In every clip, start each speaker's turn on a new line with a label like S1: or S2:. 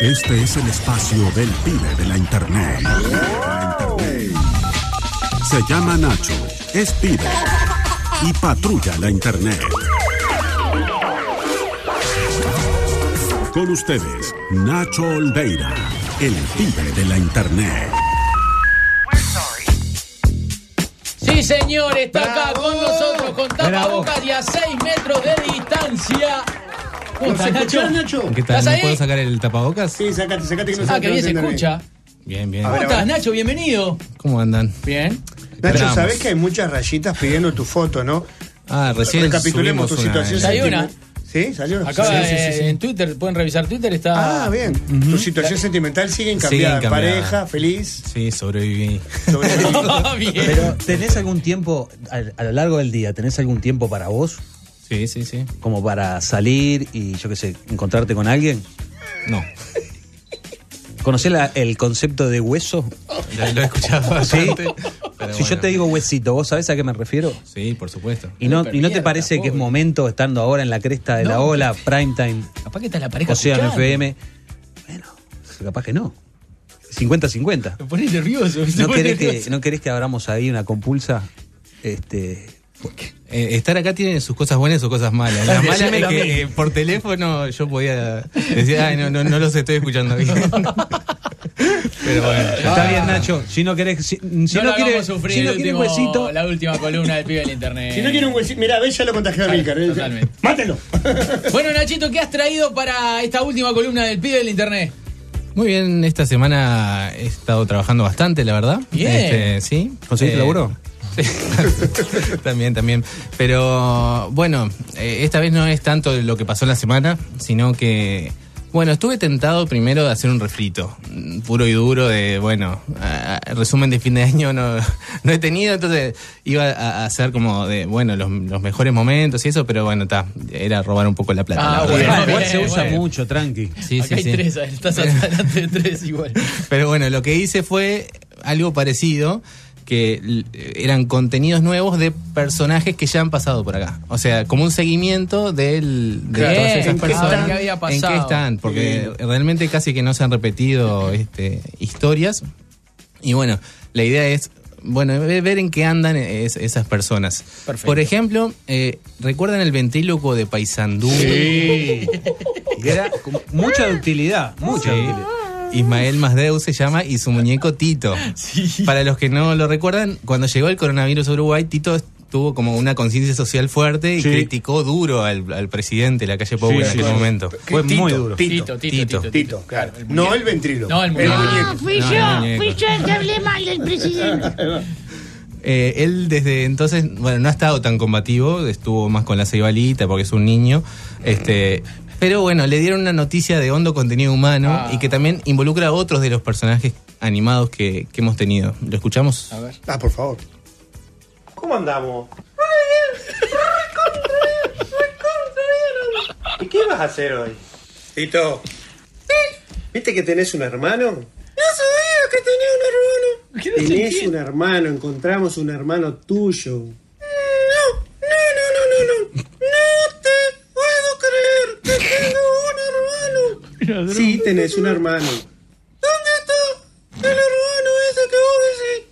S1: Este es el espacio del pibe de la internet. La internet. Se llama Nacho, es pibe y patrulla la internet. Con ustedes, Nacho Olveira, el pibe de la internet.
S2: Sí, señor, está acá
S3: Bravo.
S2: con nosotros con
S4: Bravo.
S2: tapabocas y a 6 metros de distancia. ¿Cómo
S3: ¿Nos
S2: estás, Nacho?
S3: escuchás, Nacho?
S4: ¿Qué tal?
S2: ¿Estás
S4: ¿No
S2: ahí?
S4: puedo sacar el tapabocas?
S3: Sí, sacate, sacate que no
S2: Ah, que bien se
S3: entender
S2: escucha.
S4: Bien, bien.
S3: A
S2: ¿Cómo
S3: ver,
S2: estás, Nacho? Bienvenido.
S4: ¿Cómo andan?
S2: Bien.
S3: Nacho,
S4: Esperamos.
S3: sabés que hay muchas rayitas pidiendo tu foto, ¿no?
S4: Ah, recién
S3: Recapitulemos tu
S4: subimos una,
S3: situación.
S4: eh.
S2: Hay una.
S3: sentimental. ¿Sí? ¿Salió?
S2: Acaba
S3: Sí, sí, sí,
S2: eh,
S3: sí.
S2: en Twitter, pueden revisar Twitter, está.
S3: Ah, bien. Tu situación sentimental sigue
S4: Sigue
S3: encambiada.
S4: encambiada.
S3: Pareja, feliz.
S4: Sí, sobreviví.
S3: sobrevivido.
S2: bien.
S5: Pero ¿tenés algún tiempo, a, a lo largo del día, tenés algún tiempo para vos?
S4: Sí, sí, sí.
S5: Como para salir y, yo qué sé, encontrarte con alguien.
S4: No,
S5: ¿Conocés la- el concepto de hueso?
S4: ya lo he escuchado bastante. pero
S5: si yo
S4: bueno.
S5: te digo huesito, ¿vos sabés a qué me refiero?
S4: Sí, por supuesto.
S5: ¿Y no,
S2: Súper
S5: y no te
S2: mierda,
S5: parece que es
S2: pobre.
S5: momento, estando ahora en la cresta de la
S2: No.
S5: ola, prime time,
S2: Capaz que está la pareja.
S5: Océano
S2: escuchando.
S5: FM? Bueno, capaz que no. 50-50.
S2: Me pone nervioso. me
S5: ¿No
S2: pone
S5: querés, que,
S2: nervioso.
S5: ¿No querés que abramos ahí una compulsa? Este,
S4: Eh, estar acá tiene sus cosas buenas y sus cosas malas. La mala
S5: Decime
S4: es
S5: lo
S4: que eh, por teléfono yo podía decir, ay, no, no, no los estoy escuchando bien. Pero bueno, ya
S5: Está bien, Nacho. Si no querés, si, si
S2: no,
S5: no,
S2: la
S5: quieres,
S2: hagamos sufrir
S5: si no
S2: el
S5: quieres
S2: último-
S5: huesito,
S2: la última columna del pibe del internet.
S3: Si no quiere un huesito. Mirá, ve, ya lo contagió a Milcar. eh.
S2: Eh, Totalmente.
S3: ¡Mátelo!
S2: Bueno, Nachito, ¿qué has traído para esta última columna del pibe del internet?
S4: Muy bien, esta semana he estado trabajando bastante, la verdad.
S2: Bien.
S4: Este, ¿Sí?
S5: ¿Conseguiste laburo?
S4: sí. también, también. Pero bueno, eh, esta vez no es tanto lo que pasó en la semana, sino que, bueno, estuve tentado primero de hacer un refrito, mm, puro y duro, de, bueno, ah, resumen de fin de año no, no he tenido, entonces iba a a hacer como de, bueno, los, los mejores momentos y eso, pero bueno, está, era robar un poco la plata.
S2: Ah,
S4: la verdad.
S2: bueno,
S5: Ah, igual
S2: bien,
S5: se usa
S2: bueno.
S5: mucho, tranqui.
S4: Sí,
S2: Acá
S4: sí,
S2: hay
S4: sí.
S2: tres, estás adelante de tres igual.
S4: Pero bueno, lo que hice fue algo parecido, que l- eh, eran contenidos nuevos de personajes que ya han pasado por acá. O sea, como un seguimiento del, de
S2: Claro.
S4: todas
S2: ¿En
S4: esas
S2: qué
S4: personas.
S2: están? ¿Qué había pasado?
S4: ¿En qué están? Porque realmente casi que no se han repetido este, historias. Y bueno, la idea es, bueno, ve- ver en qué andan es- esas personas.
S2: Perfecto.
S4: Por ejemplo, eh, ¿recuerdan el ventíloco de Paysandú?
S5: Era con mucha utilidad, mucha
S4: Sí.
S5: utilidad.
S4: Ismael Masdeu se llama y su muñeco Tito. Para los que no lo recuerdan, cuando llegó el coronavirus a Uruguay, Tito tuvo como una conciencia social fuerte y
S5: Sí.
S4: criticó duro al, al presidente de la calle Pou en aquel
S3: claro.
S4: momento.
S5: Fue
S3: Tito,
S5: muy duro.
S3: Tito.
S2: Tito, Tito, Tito.
S3: Tito, claro. No el ventrilo.
S2: No, el
S3: el
S2: muñeco.
S3: muñeco.
S6: Ah, fui
S4: No, el
S6: yo,
S4: muñeco.
S6: fui yo el que hablé mal del presidente.
S4: Eh, él desde entonces, bueno, no ha estado tan combativo, estuvo más con la ceibalita porque es un niño. Este, pero bueno, le dieron una noticia de hondo contenido humano
S2: Ah.
S4: y que también involucra a otros de los personajes animados que, que hemos tenido. ¿Lo escuchamos?
S2: A ver.
S3: Ah, por favor. ¿Cómo andamos? ¿Y qué vas a hacer hoy? Tito. ¿Viste que tenés un hermano? No sabía que tenía un hermano. Tenés un hermano, encontramos un hermano tuyo. No, no, no, no, no. No te puedo creer que tengo un hermano. Sí, tenés un hermano. ¿Dónde está el hermano ese que vos decís?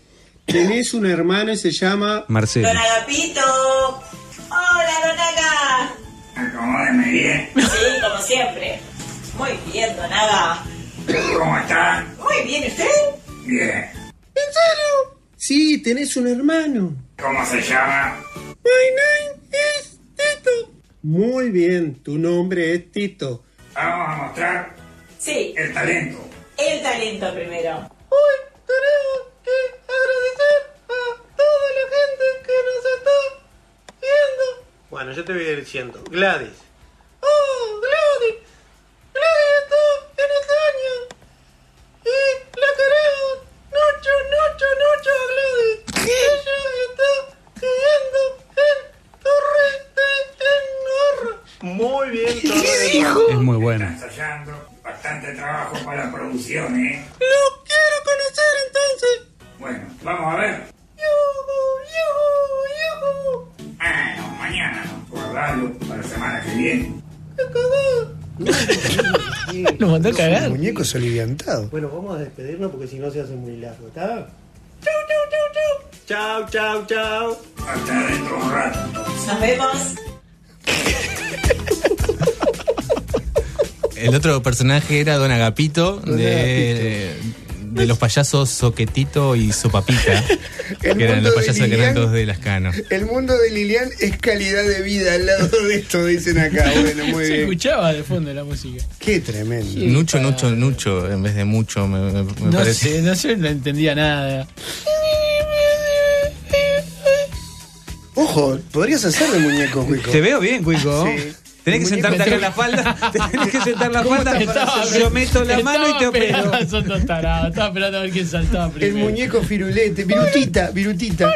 S3: Tenés un hermano y se llama
S5: Marcelo.
S7: Don Agapito. Hola, Don Aga.
S8: Acomódeme bien.
S7: Sí, como siempre. Muy bien, Don Aga.
S8: ¿Cómo está?
S7: Muy bien, ¿y usted?
S8: Bien.
S3: ¿En serio? Sí, tenés un hermano.
S8: ¿Cómo se llama?
S3: My name is Tito. Muy bien, tu nombre es Tito.
S8: Vamos a mostrar
S7: Sí,
S8: el talento.
S7: el talento primero.
S3: Hoy tenemos que agradecer a toda la gente que nos está viendo. Bueno, yo te voy a ir diciendo. Gladys. Oh, Gladys. Gladys está en este año. Y la queremos. Nocho, nocho, nocho, Gladys. Ella está viviendo en Torre de Enorra. Muy bien, Torre de
S5: Es muy bueno.
S8: Ensayando. Bastante trabajo para la producción, ¿eh?
S3: Lo quiero conocer entonces.
S8: Bueno, vamos a ver. Ah, no, mañana. Guardalo para la semana que viene.
S3: qué?
S2: Nos mandó a cagar.
S9: Muñeco soliviantado.
S3: Bueno, vamos a despedirnos porque si no se hace muy largo, ¿está? Chau, chau, chau, chau. Chau, chau, chau.
S8: Hasta dentro de un rato.
S7: Nos vemos.
S4: El otro personaje era Don Agapito, de, de los payasos Soquetito y Sopapita, que
S9: El
S4: eran
S9: mundo
S4: los
S9: de
S4: payasos
S9: Lilian.
S4: grandes de las canas.
S9: El mundo de Lilian es calidad de vida al lado de esto, dicen acá. Bueno, muy
S2: Se
S9: bien.
S2: escuchaba de fondo la música.
S9: Qué tremendo.
S4: Nucho, Nucho, Nucho, en vez de mucho, me, me- me
S2: No
S4: parece.
S2: sé, no, yo no entendía nada.
S9: Ojo, podrías hacerlo, muñeco, Cuico.
S10: Te veo bien, Cuico.
S9: Sí.
S10: Tenés que
S9: Muñeco-
S10: sentarte acá en la falda. te Tenés que sentar la falda. Yo meto la mano y te opero.
S2: Estaba esperando, Son dos tarados. Estaba esperando a ver quién saltaba
S9: El
S2: primero.
S9: muñeco firulete, virutita, virutita.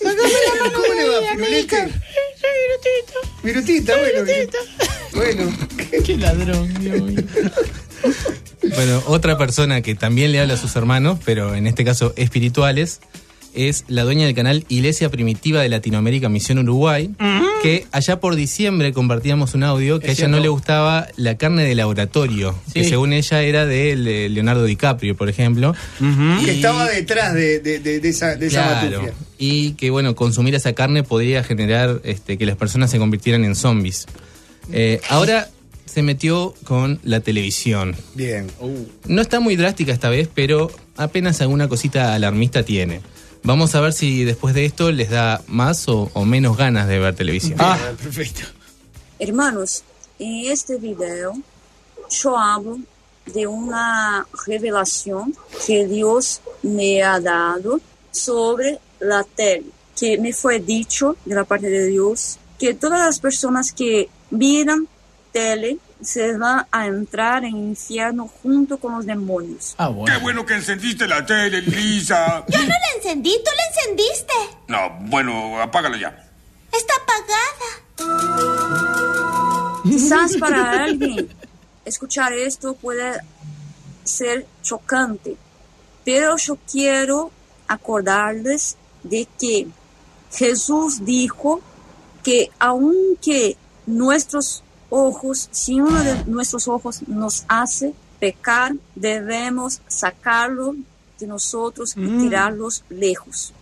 S9: ¿Cómo le va, firulete? Virutita, bueno. Bueno,
S2: Qué ladrón, Dios mío.
S4: Bueno, otra persona que también le habla a sus hermanos, pero en este caso espirituales, es la dueña del canal Iglesia Primitiva de Latinoamérica Misión Uruguay, que allá por diciembre compartíamos un audio que a
S2: Es
S4: ella no
S2: cierto.
S4: le gustaba la carne de laboratorio, que
S2: Sí.
S4: según ella era de Le- Leonardo DiCaprio, por ejemplo.
S2: ¿Mm?
S9: que estaba detrás de, de- de- de esa, de esa
S4: Claro.
S9: matufia.
S4: Y que bueno, consumir esa carne podría generar este, que las personas se convirtieran en zombies. Eh, ahora se metió con la televisión.
S9: Bien.
S4: No está muy drástica esta vez, pero apenas alguna cosita alarmista tiene. Vamos a ver si después de esto les da más o, o menos ganas de ver televisión.
S10: Ah,
S7: Hermanos, en este video yo hablo de una revelación que Dios me ha dado sobre la tele, que me fue dicho de la parte de Dios que todas las personas que miran tele se van a entrar en el infierno junto con los demonios.
S2: Ah, bueno.
S8: bueno que encendiste la tele, Lisa.
S6: Yo no la encendí, tú la encendiste.
S8: No, bueno, apágala ya.
S6: Está apagada.
S7: Quizás para alguien escuchar esto puede ser chocante, pero yo quiero acordarles de que Jesús dijo que aunque nuestros ojos, si uno de nuestros ojos nos hace pecar, debemos sacarlo de nosotros y tirarlos lejos.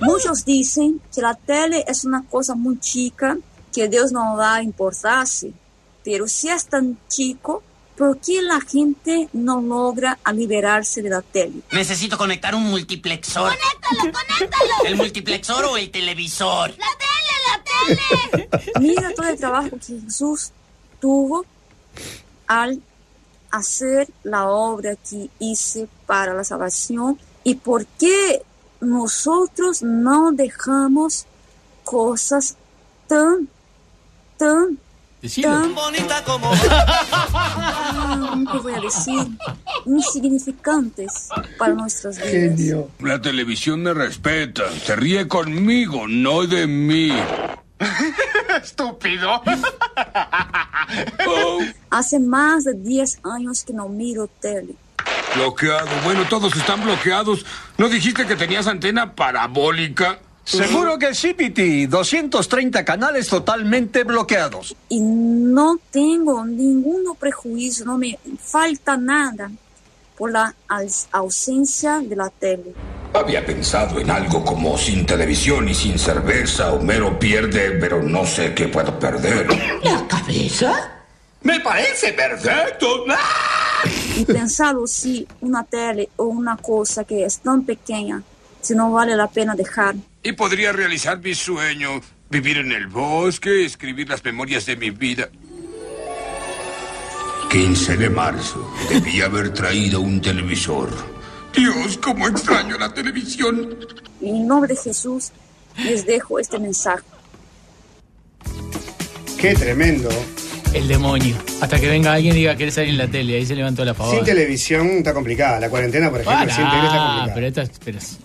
S7: Muchos dicen que la tele es una cosa muy chica, que Dios no va a importarse. Pero si es tan chico, ¿por qué la gente no logra a liberarse de la tele?
S11: Necesito conectar un multiplexor.
S6: Conéctalo, conéctalo.
S11: ¿El multiplexor o el televisor?
S6: La tele, la tele.
S7: Mira todo el trabajo que Jesús tuvo al hacer la obra que hice para la salvación y por qué nosotros no dejamos cosas tan, tan
S2: Decilo.
S11: Bonita como...
S7: ¿Qué voy a decir? Insignificantes para nuestras vidas.
S9: Genio.
S8: La televisión me respeta. Se ríe conmigo, no de mí. Estúpido.
S7: Hace más de 10 años que no miro tele.
S8: Bloqueado. Bueno, todos están bloqueados. ¿No dijiste que tenías antena parabólica?
S10: Seguro que sí, Piti. 230 canales totalmente bloqueados.
S7: Y no tengo ningún prejuicio, no me falta nada por la aus- ausencia de la tele.
S8: Había pensado en algo como sin televisión y sin cerveza. Homero pierde, pero no sé qué puedo perder.
S11: ¿La cabeza?
S8: ¡Me parece perfecto!
S7: Y pensarlo si una tele o una cosa que es tan pequeña, si no vale la pena dejar.
S8: Y podría realizar mi sueño. Vivir en el bosque, escribir las memorias de mi vida. 15 de marzo. Debí haber traído un televisor. Dios, cómo extraño la televisión.
S7: En nombre de Jesús les dejo este mensaje.
S9: Qué tremendo.
S2: El demonio. Hasta que venga alguien y diga que él sale en la tele. Ahí se levantó la pavada.
S9: Sin televisión está complicada. La cuarentena, por ejemplo,
S2: Pará,
S9: sin tele está complicada.
S2: pero esta, pero es-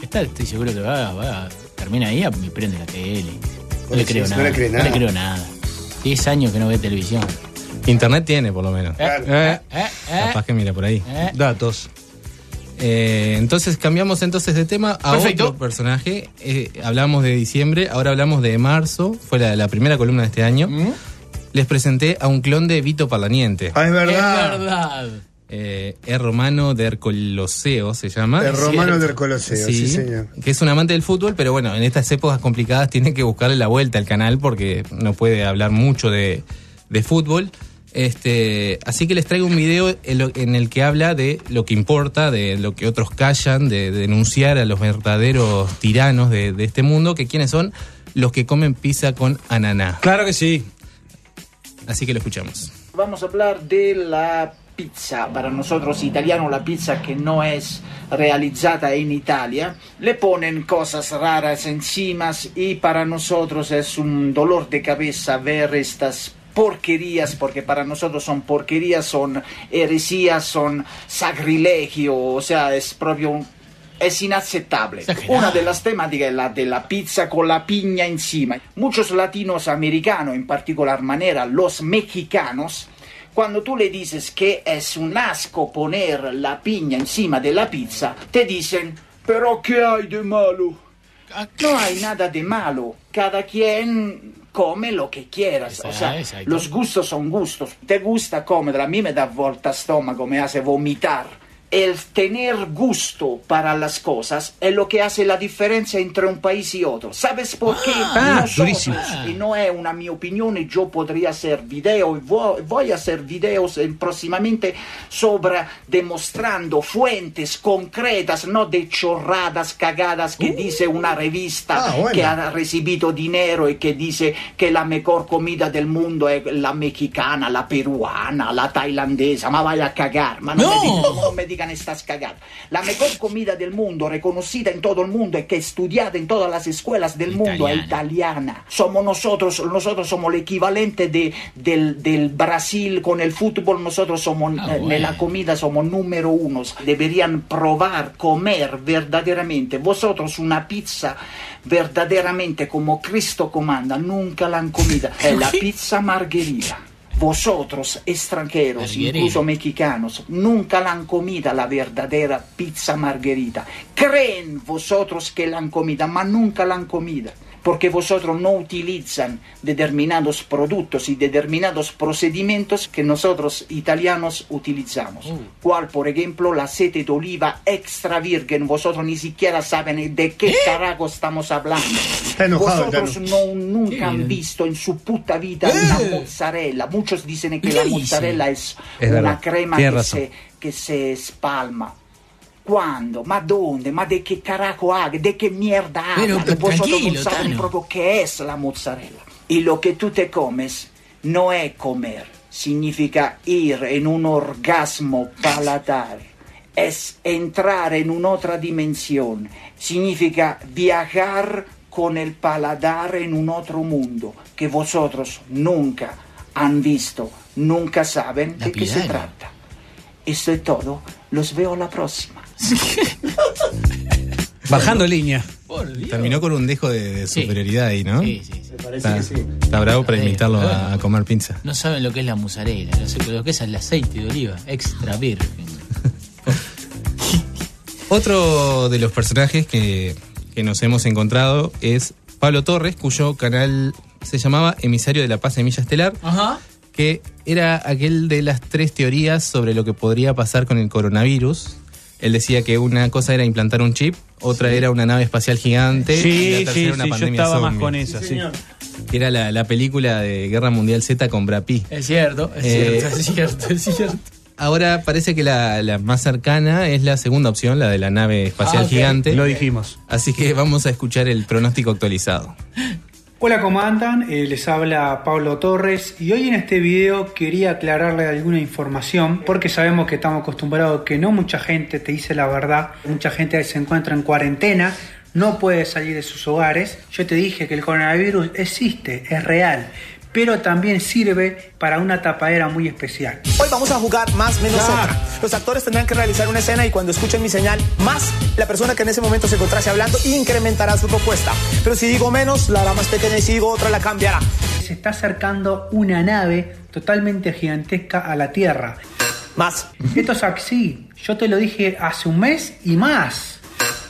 S2: esta estoy seguro que va, va, termina ahí y prende la tele. No le
S9: Pues
S2: creo
S9: sí,
S2: nada.
S9: no le cree
S2: No
S9: nada.
S2: le creo nada. 10 años que no ve televisión.
S4: Internet tiene, por lo menos.
S9: Claro.
S2: Eh, eh, eh,
S4: Capaz que mira por ahí.
S2: eh.
S10: Datos.
S4: Eh, entonces cambiamos entonces de tema a
S2: Perfecto.
S4: otro personaje. Eh, hablamos de diciembre, ahora hablamos de marzo. Fue la, la primera columna de este año.
S2: Mm.
S4: Les presenté a un clon de Vito Parlaniente.
S9: Ah, es verdad.
S2: Es verdad.
S4: Eh, es romano de Hercoloseo, se llama.
S9: El romano del Coloseo, sí, señor.
S4: Que es un amante del fútbol, pero bueno, en estas épocas complicadas tiene que buscarle la vuelta al canal porque no puede hablar mucho de, de fútbol. Este, así que les traigo un video en, lo- en el que habla de lo que importa, de lo que otros callan, de, denunciar a los verdaderos tiranos de, de este mundo, que quienes son los que comen pizza con ananá.
S12: Claro que sí.
S4: Así que lo escuchamos.
S13: Vamos a hablar de la pizza. Para nosotros italianos la pizza que no es realizada en Italia. Le ponen cosas raras encima y para nosotros es un dolor de cabeza ver estas porquerías, porque para nosotros son porquerías, son heresías, son sacrilegio, o sea, es propio un- Es inaccettabile. Una delle tematiche è la della pizza con la pigna insieme. Muchos latinos americanos, in particolar maniera los mexicanos, quando tu le dices che è un asco poner la pigna encima della pizza, te dicen, però che hai de malo? No hay nada de malo. Cada quien come lo que quieras. O sea,
S14: exacto.
S13: los gustos son gustos. Te gusta comer, a mí me da vuelta estómago, me hace vomitar. El tener gusto para las cosas es lo que hace la diferencia entre un país y otro. ¿Sabes por qué?
S12: Ah,
S13: Nosotros,
S12: durísimo.
S13: y no es una mia opinione, yo podría hacer video y vo- voy a hacer videos eh, próximamente sobre demostrando fuentes concretas, no de chorradas cagadas que dice una revista
S9: Ah, bueno.
S13: que ha recibido dinero y que dice que la mejor comida del mundo es la mexicana, la peruana, la tailandesa, ma vaya a cagar, ma non
S12: No.
S13: mi dica- non me digan estas cagadas. La mejor comida del mundo, reconocida en todo el mundo y que estudiada en todas las escuelas del mundo es italiana. Somos nosotros, nosotros somos el equivalente de- del, del Brasil con el fútbol, nosotros somos eh,
S2: Ah, bueno.
S13: nella comida somos número uno. Deberían probar, comer verdaderamente. Vosotros una pizza verdaderamente como Cristo comanda, nunca la han comida. Es la pizza margherita. Vosotros, extranjeros,
S2: Margherita.
S13: incluso mexicanos, nunca la han comida la verdadera pizza margherita. Creen vosotros que la han comida, ma nunca la han comida. Porque vosotros no utilizan determinados productos y determinados procedimientos que nosotros italianos utilizamos.
S9: Mm.
S13: Cual, por ejemplo, la aceite de oliva extra virgen. Vosotros ni siquiera saben de qué carajo estamos hablando.
S9: ¿Eh? Está enojado el
S13: vosotros
S9: Tano.
S13: no, nunca han visto en su puta vida
S2: Eh!
S13: una mozzarella. Muchos dicen que
S9: ¿Qué
S13: la
S9: dice?
S13: mozzarella es,
S9: Es
S13: una
S9: verdad.
S13: crema
S9: Tiene
S13: que
S9: razón.
S13: se, che se spalma. Quando? Ma dove? Ma di che caraco ha? Di che mierda ha?
S2: Pero,
S13: Ma Vosotros no
S2: tranquilo,
S13: saben
S2: Tano.
S13: proprio che es la mozzarella. Y lo que tú te comes no es comer, significa ir en un orgasmo palatare. Es entrare in un'altra dimensione, significa viajar con el paladar en un otro mundo que vosotros nunca han visto, nunca saben de qué se
S2: piraña.
S13: trata. Esto es todo, los veo la próxima.
S12: Bajando línea.
S4: Terminó con un dejo de, de superioridad ahí, ¿no?
S2: Sí, sí, sí.
S4: Está, está bravo para invitarlo a, a comer pizza.
S2: No saben lo que es la mozzarella, no sé lo que es el aceite de oliva, extra virgen.
S4: Otro de los personajes que, que nos hemos encontrado es Pablo Torres, cuyo canal se llamaba Emisario de la Paz Semilla Estelar,
S2: Ajá.
S4: que era aquel de las tres teorías sobre lo que podría pasar con el coronavirus. Él decía que una cosa era implantar un chip, otra era una nave espacial gigante y la
S12: Sí,
S4: tercera
S12: sí,
S4: una
S12: sí, yo
S4: pandemia
S12: estaba más
S4: zombie.
S12: con esa, sí.
S4: Que era la, la película de Guerra Mundial Z con Brad Pitt.
S2: Es cierto, es
S4: Eh,
S2: cierto, es cierto, es cierto.
S4: Ahora parece que la, la más cercana es la segunda opción, la de la nave espacial
S2: Ah, ok.
S4: gigante.
S2: Lo
S12: dijimos.
S4: Así que vamos a escuchar el pronóstico actualizado.
S12: Hola, ¿cómo andan? Eh, les habla Pablo Torres y hoy en este video quería aclararle alguna información porque sabemos que estamos acostumbrados que no mucha gente te dice la verdad, mucha gente se encuentra en cuarentena, no puede salir de sus hogares. Yo te dije que el coronavirus existe, es real, pero también sirve para una tapadera muy especial.
S15: Hoy vamos a jugar más menos otra. Los actores tendrán que realizar una escena y cuando escuchen mi señal más, la persona que en ese momento se encontrase hablando incrementará su propuesta. Pero si digo menos, la hará más pequeña y si digo otra, la cambiará.
S12: Se está acercando una nave totalmente gigantesca a la Tierra.
S15: Más.
S12: Esto es así. Yo te lo dije hace un mes y más.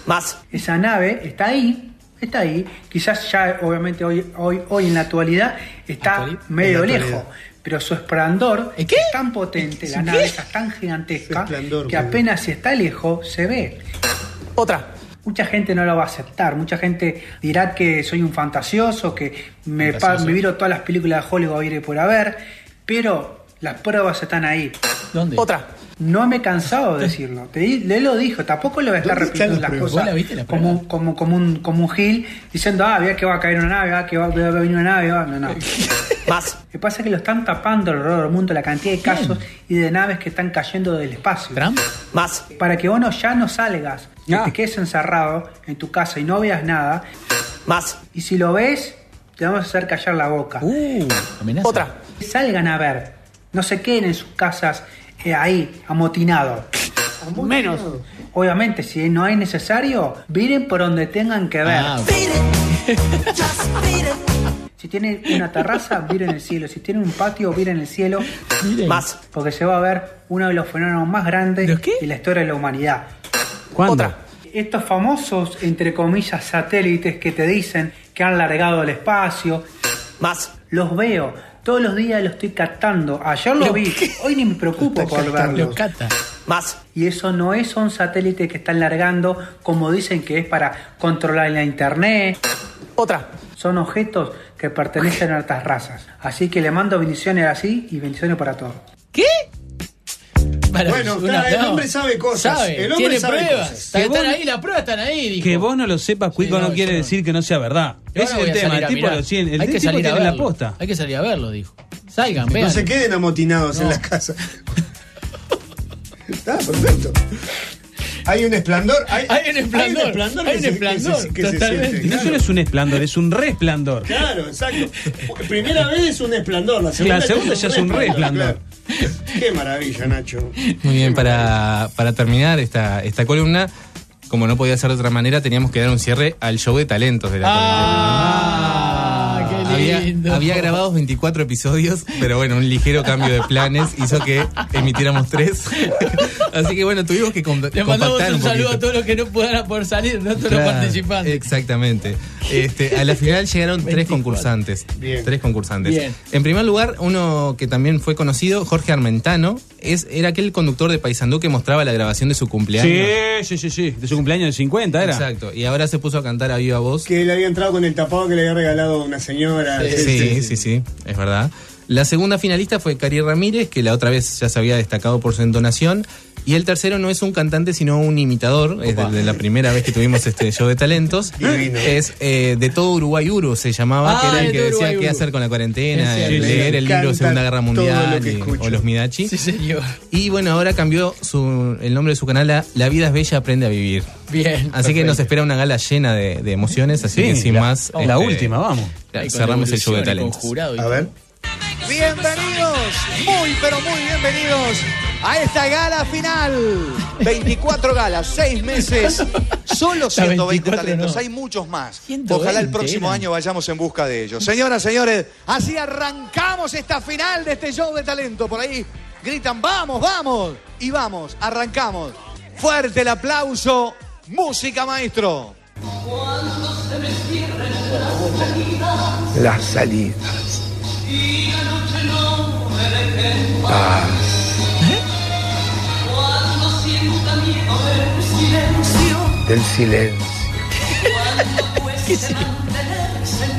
S15: Más.
S12: Esa nave está ahí. Está ahí. Quizás ya, obviamente, hoy, hoy, hoy en la actualidad está medio
S15: En la
S12: lejos.
S15: actualidad.
S12: Pero su esplendor es tan potente, la
S15: ¿Qué?
S12: nave esa es tan gigantesca que
S15: güey.
S12: apenas si está lejos se ve.
S15: Otra.
S12: Mucha gente no lo va a aceptar, mucha gente dirá que soy un fantasioso, que me, pa-
S2: Fantasioso.
S12: me viro todas las películas de Hollywood a ir por haber, pero las pruebas están ahí.
S2: ¿Dónde?
S12: Otra. No me he cansado de decirlo, te, di- le lo dijo, tampoco le voy a estar
S2: ¿Dónde están las
S12: repitiendo las
S2: pruebas?
S12: cosas
S2: ¿Vos la viste la
S12: como, un- como, como, un, como un gil diciendo, ah, vea que va a caer una nave, ah, que va, va a venir una nave, ah, no, no.
S15: Más.
S12: Lo que pasa es que lo están tapando alrededor del mundo la cantidad de casos y de naves que están cayendo del espacio.
S15: Más. Ah.
S12: Para que vos no- ya no salgas, que te quedes encerrado en tu casa y no veas nada.
S15: Más.
S12: Y si lo ves, te vamos a hacer callar la boca.
S2: Uh,
S15: Otra.
S12: Salgan a ver. No se queden en sus casas eh, ahí, amotinados. Menos. Obviamente, si no es necesario, miren por donde tengan que ver.
S2: Ah,
S12: Si tienen una terraza, miren el cielo. Si tienen un patio, miren el cielo. Más. Porque se va a ver uno de los fenómenos más grandes de la historia de la humanidad. Otra. Estos famosos, entre comillas, satélites que te dicen que han largado el espacio. Más. Los veo. Todos los días los estoy captando. Ayer lo
S2: Pero,
S12: vi. Hoy ni me preocupo por verlos.
S2: Los cata.
S12: Más. Y eso no es un satélite que están largando como dicen que es para controlar la internet. Otra. Son objetos que pertenecen a otras razas. Así que le mando bendiciones así y bendiciones para todos.
S2: ¿Qué?
S9: Bueno, está, el hombre sabe cosas, el hombre
S2: tiene
S9: sabe
S2: pruebas.
S9: cosas.
S2: Está-
S14: Que
S2: están
S14: vos-
S2: ahí, las pruebas están ahí. Dijo.
S14: Que vos no lo sepas, Cuico,
S2: Sí, no,
S14: no, quiere
S2: yo no.
S14: decir que no sea verdad.
S2: Yo
S14: Ese
S2: ahora
S14: es
S2: voy
S14: el
S2: a
S14: tema,
S2: salir
S14: el
S2: a
S14: tipo
S2: mirar.
S14: lo tiene. El
S2: Hay que
S14: tipo
S2: salir a
S14: tiene la
S2: verlo.
S14: posta.
S2: Hay que salir a verlo, dijo. Salgan, vean.
S9: No se queden amotinados en
S2: No.
S9: las casas. Está perfecto. Hay un esplendor. Hay,
S2: Hay un esplendor, hay
S9: que
S2: un
S9: se- que se-
S2: esplendor,
S9: que se
S2: totalmente.
S9: siente,
S14: No
S9: claro.
S14: solo es un esplendor, es un resplandor.
S9: Claro, exacto. Primera vez es un esplendor, la segunda,
S14: La segunda ya es un re esplendor.
S9: claro. Qué maravilla, Nacho.
S4: Muy bien, para, para terminar esta, esta columna, como no podía ser de otra manera, teníamos que dar un cierre al show de talentos de la
S2: Ah, qué
S4: había, había grabados 24 episodios, pero bueno, un ligero cambio de planes hizo que emitiéramos tres. Así que bueno, tuvimos que com-
S2: Le mandamos
S4: compactar
S2: un,
S4: un
S2: saludo a
S4: poquito.
S2: todos los que no puedan poder salir, no a todos
S4: Claro,
S2: los participantes.
S4: Exactamente. Este, a la final llegaron tres
S2: 24.
S4: concursantes. Tres concursantes.
S2: Bien.
S4: En primer lugar, uno que también fue conocido, Jorge Armentano, es, era aquel conductor de Paysandú que mostraba la grabación de su cumpleaños.
S14: Sí, sí, sí, sí. De su cumpleaños de 50 era.
S4: Exacto. Y ahora se puso a cantar a viva voz.
S9: Que le había entrado con el tapado que le había regalado una señora.
S4: Sí, sí, sí, es verdad. La segunda finalista fue Cari Ramírez, que la otra vez ya se había destacado por su entonación. Y el tercero no es un cantante, sino un imitador. Es de, de la primera vez que tuvimos este show de talentos.
S9: Divino.
S4: Es eh, de todo Uruguay Uru, se llamaba,
S2: Ah,
S4: que era
S2: de
S4: el que
S2: todo
S4: decía
S2: Uruguay
S4: qué
S2: Uru.
S4: hacer con la cuarentena,
S2: Es cierto.
S4: el
S2: Me
S4: leer el libro de
S9: encanta
S4: Segunda Guerra
S9: todo lo
S4: Mundial
S9: que
S4: y-
S9: escucho.
S4: o los Midachi.
S2: Sí, señor.
S4: Y bueno, ahora cambió su- el nombre de su canal a La vida es bella, aprende a vivir.
S2: Bien.
S4: Así que
S2: perfecto.
S4: nos espera una gala llena de, de emociones, así
S14: Sí,
S4: que sin
S14: la-
S4: más.
S14: vamos. La última, vamos.
S4: la- Cerramos el show de
S2: Con
S4: talentos.
S2: jurado y-
S9: A ver.
S16: Bienvenidos, muy pero muy bienvenidos a esta gala final. 24 galas, 6 meses, solo 120
S2: 24
S16: talentos,
S2: no.
S16: hay muchos más.
S2: 120
S16: Ojalá el próximo
S2: eran.
S16: año vayamos en busca de ellos. Señoras, señores, así arrancamos esta final de este show de talento. Por ahí gritan, vamos, vamos, y vamos, arrancamos. Fuerte el aplauso, música maestro.
S9: La salida.
S4: Ah,
S9: del silencio.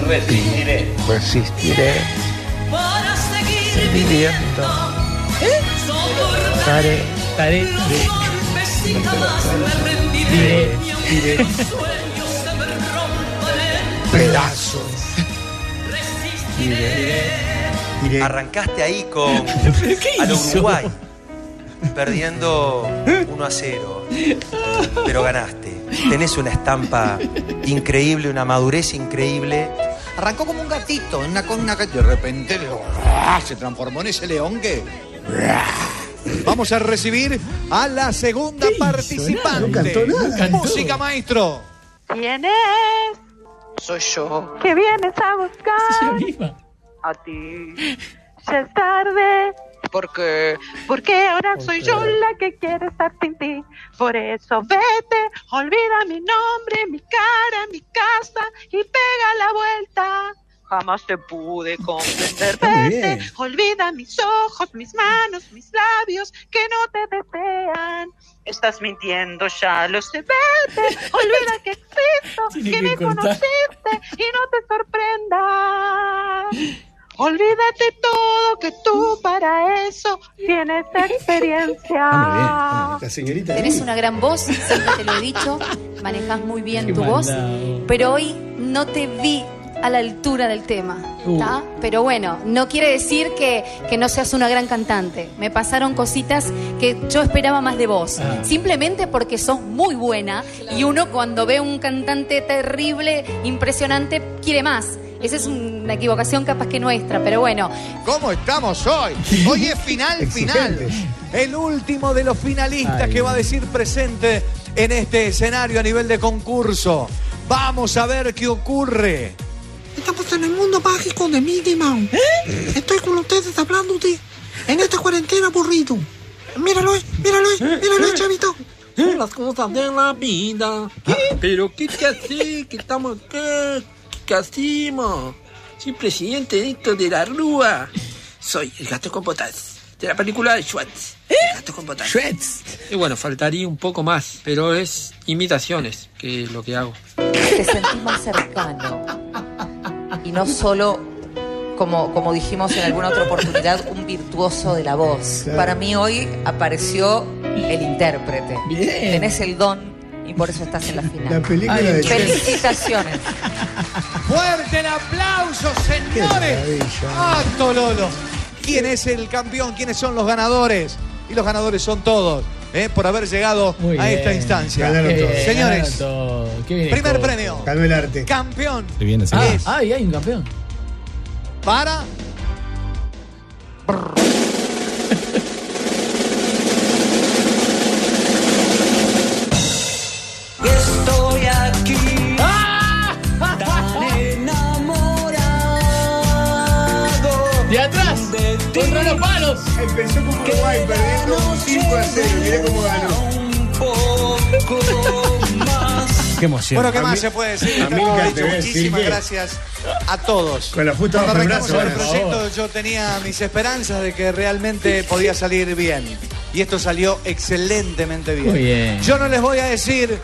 S9: Resistiré. Resistiré. Viviendo. Estaré.
S2: Estaré.
S9: Diré. Diré. Pedazos.
S17: Arrancaste ahí con al Uruguay, perdiendo 1 a 0, pero ganaste. Tenés una estampa Ah, increíble, una madurez increíble.
S16: Arrancó como un gatito, en una, con una ca- de repente ¡ah! se transformó en ese león que. "Ah". Vamos a recibir a la segunda participante. Música maestro.
S18: ¿Quién es?
S16: Soy yo.
S18: ¿Qué vienes a buscar?
S2: misma.
S18: A ti. Ya es tarde. porque, porque ahora soy yo la que quiere estar sin ti. Por eso vete, olvida mi nombre, mi cara, mi casa y pega la vuelta. Jamás te pude comprender,
S19: Está muy bien.
S18: vete, olvida mis ojos, mis manos, mis labios que no te desean. Estás mintiendo, ya lo sé, vete, olvida que existo, que
S19: Tiene que
S18: me
S19: cortar.
S18: conociste y no te sorprendas. Olvídate todo que tú para eso tienes experiencia.
S9: La señorita.
S20: Tenés una gran voz, siempre te lo he dicho, manejas muy bien
S9: Qué
S20: tu voz,
S9: maldad.
S20: pero hoy no te vi a la altura del tema.
S9: Uh.
S20: ¿tá? Pero bueno, no quiere decir que, que no seas una gran cantante. Me pasaron cositas que yo esperaba más de vos,
S19: Ah.
S20: simplemente porque sos muy buena y uno cuando ve un cantante terrible, impresionante, quiere más. Esa es una equivocación capaz que nuestra, pero bueno.
S16: ¿Cómo estamos hoy? Hoy es final, final. El último de los finalistas que va a decir presente en este escenario a nivel de concurso. Vamos a ver qué ocurre.
S19: Estamos en el mundo mágico de Mickey Mouse. Estoy con ustedes hablándote en esta cuarentena aburrido. Míralo, eh, míralo, míralo, eh, chavito. Son las cosas de la vida.
S8: ¿Eh?
S19: Pero qué casi que estamos acá, qué hacemos. Soy presidente de esto de la Rúa. Soy el gato con botas de la película de Schwartz. El gato con botas. Schwartz. Y bueno, faltaría un poco más, pero es imitaciones que es lo que hago.
S21: te sentís más cercano. Y no solo, como, como dijimos en alguna otra oportunidad, un virtuoso de la voz.
S19: Claro.
S21: Para mí hoy apareció el intérprete.
S19: Bien.
S21: Tenés el don y por eso estás en la final.
S19: La película de Chelsea.
S21: Felicitaciones.
S16: Fuerte el aplauso, señores. ¡Acto Lolo! ¿Quién es el campeón? ¿Quiénes son los ganadores? Y los ganadores son todos, ¿eh? por haber llegado
S2: Muy
S16: a
S2: bien.
S16: esta instancia.
S2: Ganaron
S16: Eh,
S2: todos.
S16: Señores,
S2: Ganaron todos. Qué bien
S16: primer
S2: estuvo.
S16: premio.
S9: Ganó el arte.
S16: Campeón
S2: Ah, ay, hay un campeón.
S16: para
S19: Estoy aquí
S2: ¡Ah!
S19: tan enamorado
S2: de atrás
S19: contra los
S2: palos.
S9: Empezó con Uruguay perdiendo 5 a 0. Mirá cómo ganó.
S14: Qué emoción.
S16: Bueno, ¿qué más se puede decir?
S9: Amiga,
S16: Como he
S9: te
S16: dicho,
S9: voy a decir
S16: muchísimas
S9: que-
S16: gracias a todos.
S9: Con la justa
S16: Cuando
S9: bajo el
S16: arrancamos
S9: brazo,
S16: el
S9: por
S16: proyecto yo tenía mis esperanzas de que realmente podía salir bien. Y esto salió excelentemente bien.
S2: Muy bien.
S16: Yo no les voy a decir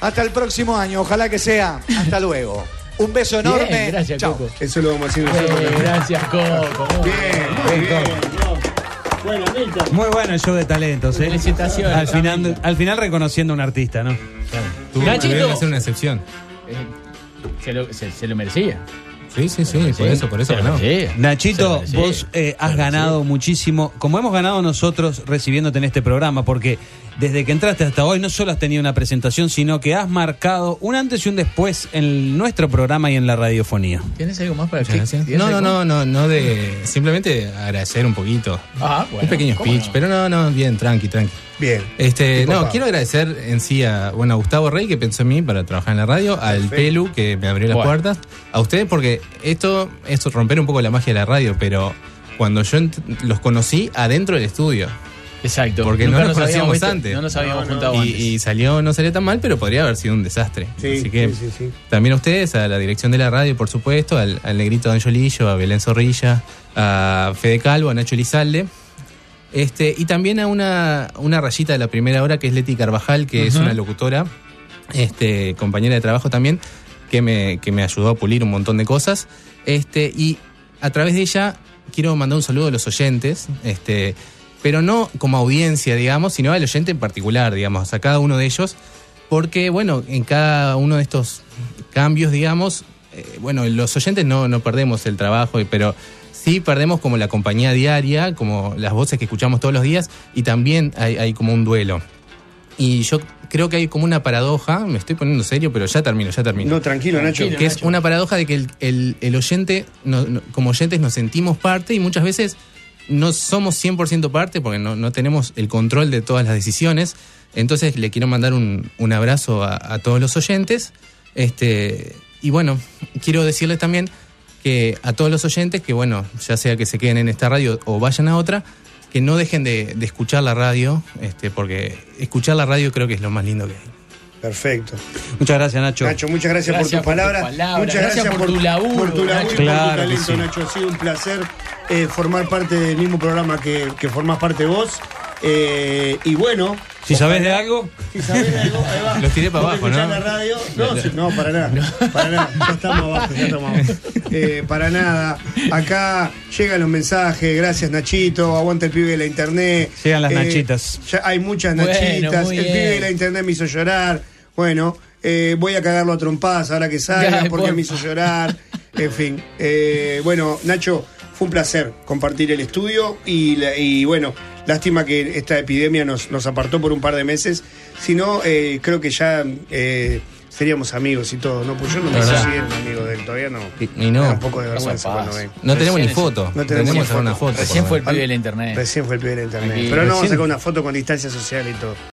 S16: hasta el próximo año, ojalá que sea. Hasta luego. Un beso
S2: Bien,
S16: enorme.
S2: gracias,
S16: Chao.
S2: Coco.
S9: Eso lo vamos a decir nosotros.
S2: Eh, gracias, Coco.
S9: Bien, bien.
S19: Bueno, listo.
S14: Muy bueno el show de talentos, ¿eh?
S2: Felicitaciones,
S14: Al final, al final reconociendo a un artista, ¿no?
S4: Tuvo-
S2: Nachito.
S4: tuvieron que hacer una excepción.
S2: Se lo, se, se lo merecía.
S4: Sí, sí, sí, por
S2: Sí,
S4: eso, por eso
S2: se lo
S4: ganó.
S2: merecía.
S14: Nachito,
S2: Se lo merecía.
S14: vos eh, has ganado muchísimo, como hemos ganado nosotros recibiéndote en este programa, porque desde que entraste hasta hoy no solo has tenido una presentación, sino que has marcado un antes y un después en nuestro programa y en la radiofonía.
S2: ¿Tienes algo más para que
S4: No, no, no, no, no de. Simplemente agradecer un poquito.
S2: Ah, bueno,
S4: un pequeño
S2: ¿cómo
S4: speech,
S2: no?
S4: pero no, no, bien, tranqui, tranqui.
S9: Bien.
S4: Este,
S9: Tipo
S4: no,
S9: pavo.
S4: quiero agradecer en sí a, bueno, a Gustavo Rey que pensó en mí para trabajar en la radio, al
S9: Perfecto.
S4: Pelu que me abrió las
S2: Bueno.
S4: puertas, a ustedes porque esto es romper un poco la magia de la radio, pero cuando yo ent- los conocí adentro del estudio.
S2: Exacto.
S4: Porque
S2: Nunca
S4: no nos
S2: nos habíamos
S4: conocíamos
S2: visto,
S4: antes.
S2: no nos habíamos juntado
S4: y,
S2: antes.
S4: y salió, no salió tan mal, pero podría haber sido un desastre.
S9: Sí,
S4: Así que
S9: sí, sí, sí.
S4: también a ustedes, a la dirección de la radio, por supuesto, al, al negrito Angiolillo, a Belén Zorrilla, a Fede Calvo, a Nacho Elizalde. Este, y también a una, una rayita de la primera hora que es Leti Carvajal, que es
S2: Ujú.
S4: una locutora, este, compañera de trabajo también, que me, que me ayudó a pulir un montón de cosas. Este, y a través de ella quiero mandar un saludo a los oyentes, este, pero no como audiencia, digamos, sino al oyente en particular, digamos, a cada uno de ellos, porque, bueno, en cada uno de estos cambios, digamos, eh, bueno, los oyentes no, no perdemos el trabajo, pero sí perdemos como la compañía diaria, como las voces que escuchamos todos los días, y también hay, hay como un duelo. Y yo creo que hay como una paradoja, me estoy poniendo serio, pero ya termino, ya termino.
S9: No, tranquilo, Nacho.
S4: Que es una paradoja de que el, el- el oyente, no- no- como oyentes, nos sentimos parte y muchas veces no somos 100% parte porque no, no tenemos el control de todas las decisiones. Entonces le quiero mandar un, un abrazo a, a todos los oyentes. Este, y bueno, quiero decirles también que a todos los oyentes que, bueno, ya sea que se queden en esta radio o vayan a otra, que no dejen de, de escuchar la radio, este, porque escuchar la radio creo que es lo más lindo que hay.
S9: Perfecto.
S14: Muchas gracias, Nacho.
S9: Nacho, muchas gracias, por tus palabras. Muchas gracias, por, tu laburo. Por tu laburo y
S14: Claro
S9: por
S14: que
S9: tu talento,
S14: sí.
S9: Nacho. Ha sido un placer eh, formar parte del mismo programa que, que formás parte vos. Eh, y bueno.
S14: Si sabes de algo.
S9: Si sabes de algo, ahí va.
S14: Los tiré para
S9: Vos
S14: abajo,
S9: escuchás
S14: ¿no?
S9: la radio. No, sí, no, para nada. Para nada. Ya estamos abajo, ya estamos abajo. Eh, para nada. Acá llegan los mensajes. Gracias, Nachito. Aguanta el pibe de la internet.
S14: Llegan las
S9: Eh,
S14: nachitas.
S9: ya hay muchas
S14: Bueno,
S9: nachitas.
S14: muy
S9: el pibe de
S14: bien.
S9: la internet me hizo llorar. Bueno, eh, voy a cagarlo a trompadas ahora que salga
S14: Ay,
S9: porque
S14: porfa.
S9: me hizo llorar. En fin. Eh, bueno, Nacho, fue un placer compartir el estudio y, la- y bueno, lástima que esta epidemia nos, nos apartó por un par de meses. Si no, eh, creo que ya eh, seríamos amigos y todo, ¿no? Pues yo no me
S4: La verdad.
S9: considero un amigo de él, todavía no.
S4: Y no.
S9: Me da un poco de vergüenza cuando ven.
S4: No tenemos ni foto.
S9: No tenemos ni
S4: que sacar una foto. por
S2: Recién
S4: lo
S2: fue el
S4: menos.
S2: pibe del internet.
S9: Recién fue el pibe del internet.
S2: Aquí.
S9: Pero no vamos a
S2: Recién.
S9: sacar una foto con distancia social y todo.